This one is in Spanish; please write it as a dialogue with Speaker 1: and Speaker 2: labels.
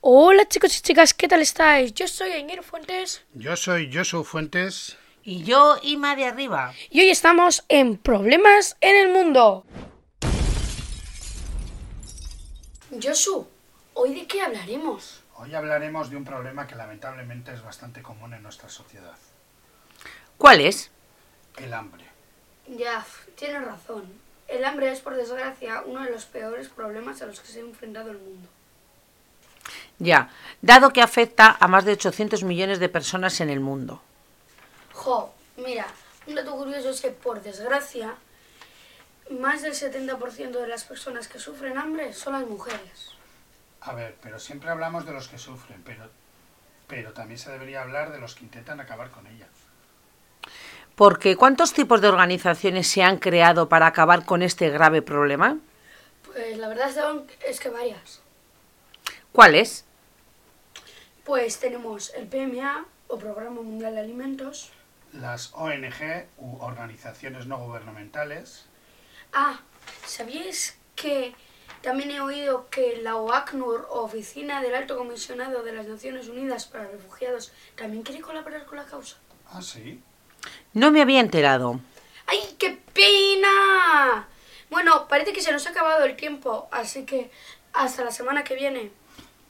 Speaker 1: Hola chicos y chicas, ¿qué tal estáis? Yo soy Ainir Fuentes
Speaker 2: Yo soy Josu Fuentes.
Speaker 3: Y yo, Ima de arriba.
Speaker 1: y hoy estamos en Problemas en el Mundo. Josu, ¿hoy de qué hablaremos?
Speaker 2: Hoy hablaremos de un problema que lamentablemente es bastante común en nuestra sociedad,
Speaker 3: ¿Cuál es?
Speaker 2: el hambre.
Speaker 1: Ya, tienes razón. El hambre es, por desgracia, uno de los peores problemas a los que se ha enfrentado el mundo.
Speaker 3: Ya, dado que afecta a más de 800 millones de personas en el mundo.
Speaker 1: Jo, mira, un dato curioso es que, por desgracia, más del 70% de las personas que sufren hambre son las mujeres.
Speaker 2: A ver, pero siempre hablamos de los que sufren, pero, pero también se debería hablar de los que intentan acabar con ella.
Speaker 3: Porque ¿cuántos tipos de organizaciones se han creado para acabar con este grave problema?
Speaker 1: Pues la verdad Esteban, es que varias.
Speaker 3: ¿Cuáles?
Speaker 1: Pues tenemos el PMA, o Programa Mundial de Alimentos.
Speaker 2: Las ONG u organizaciones no gubernamentales,
Speaker 1: Ah, ¿sabíais que también he oído que la OACNUR, Oficina del Alto Comisionado de las Naciones Unidas para Refugiados, también quiere colaborar con la causa?
Speaker 2: ah, sí,
Speaker 3: No me había enterado.
Speaker 1: ¡Ay, qué pena! Bueno, parece que se nos ha acabado el tiempo, así que hasta la semana que viene.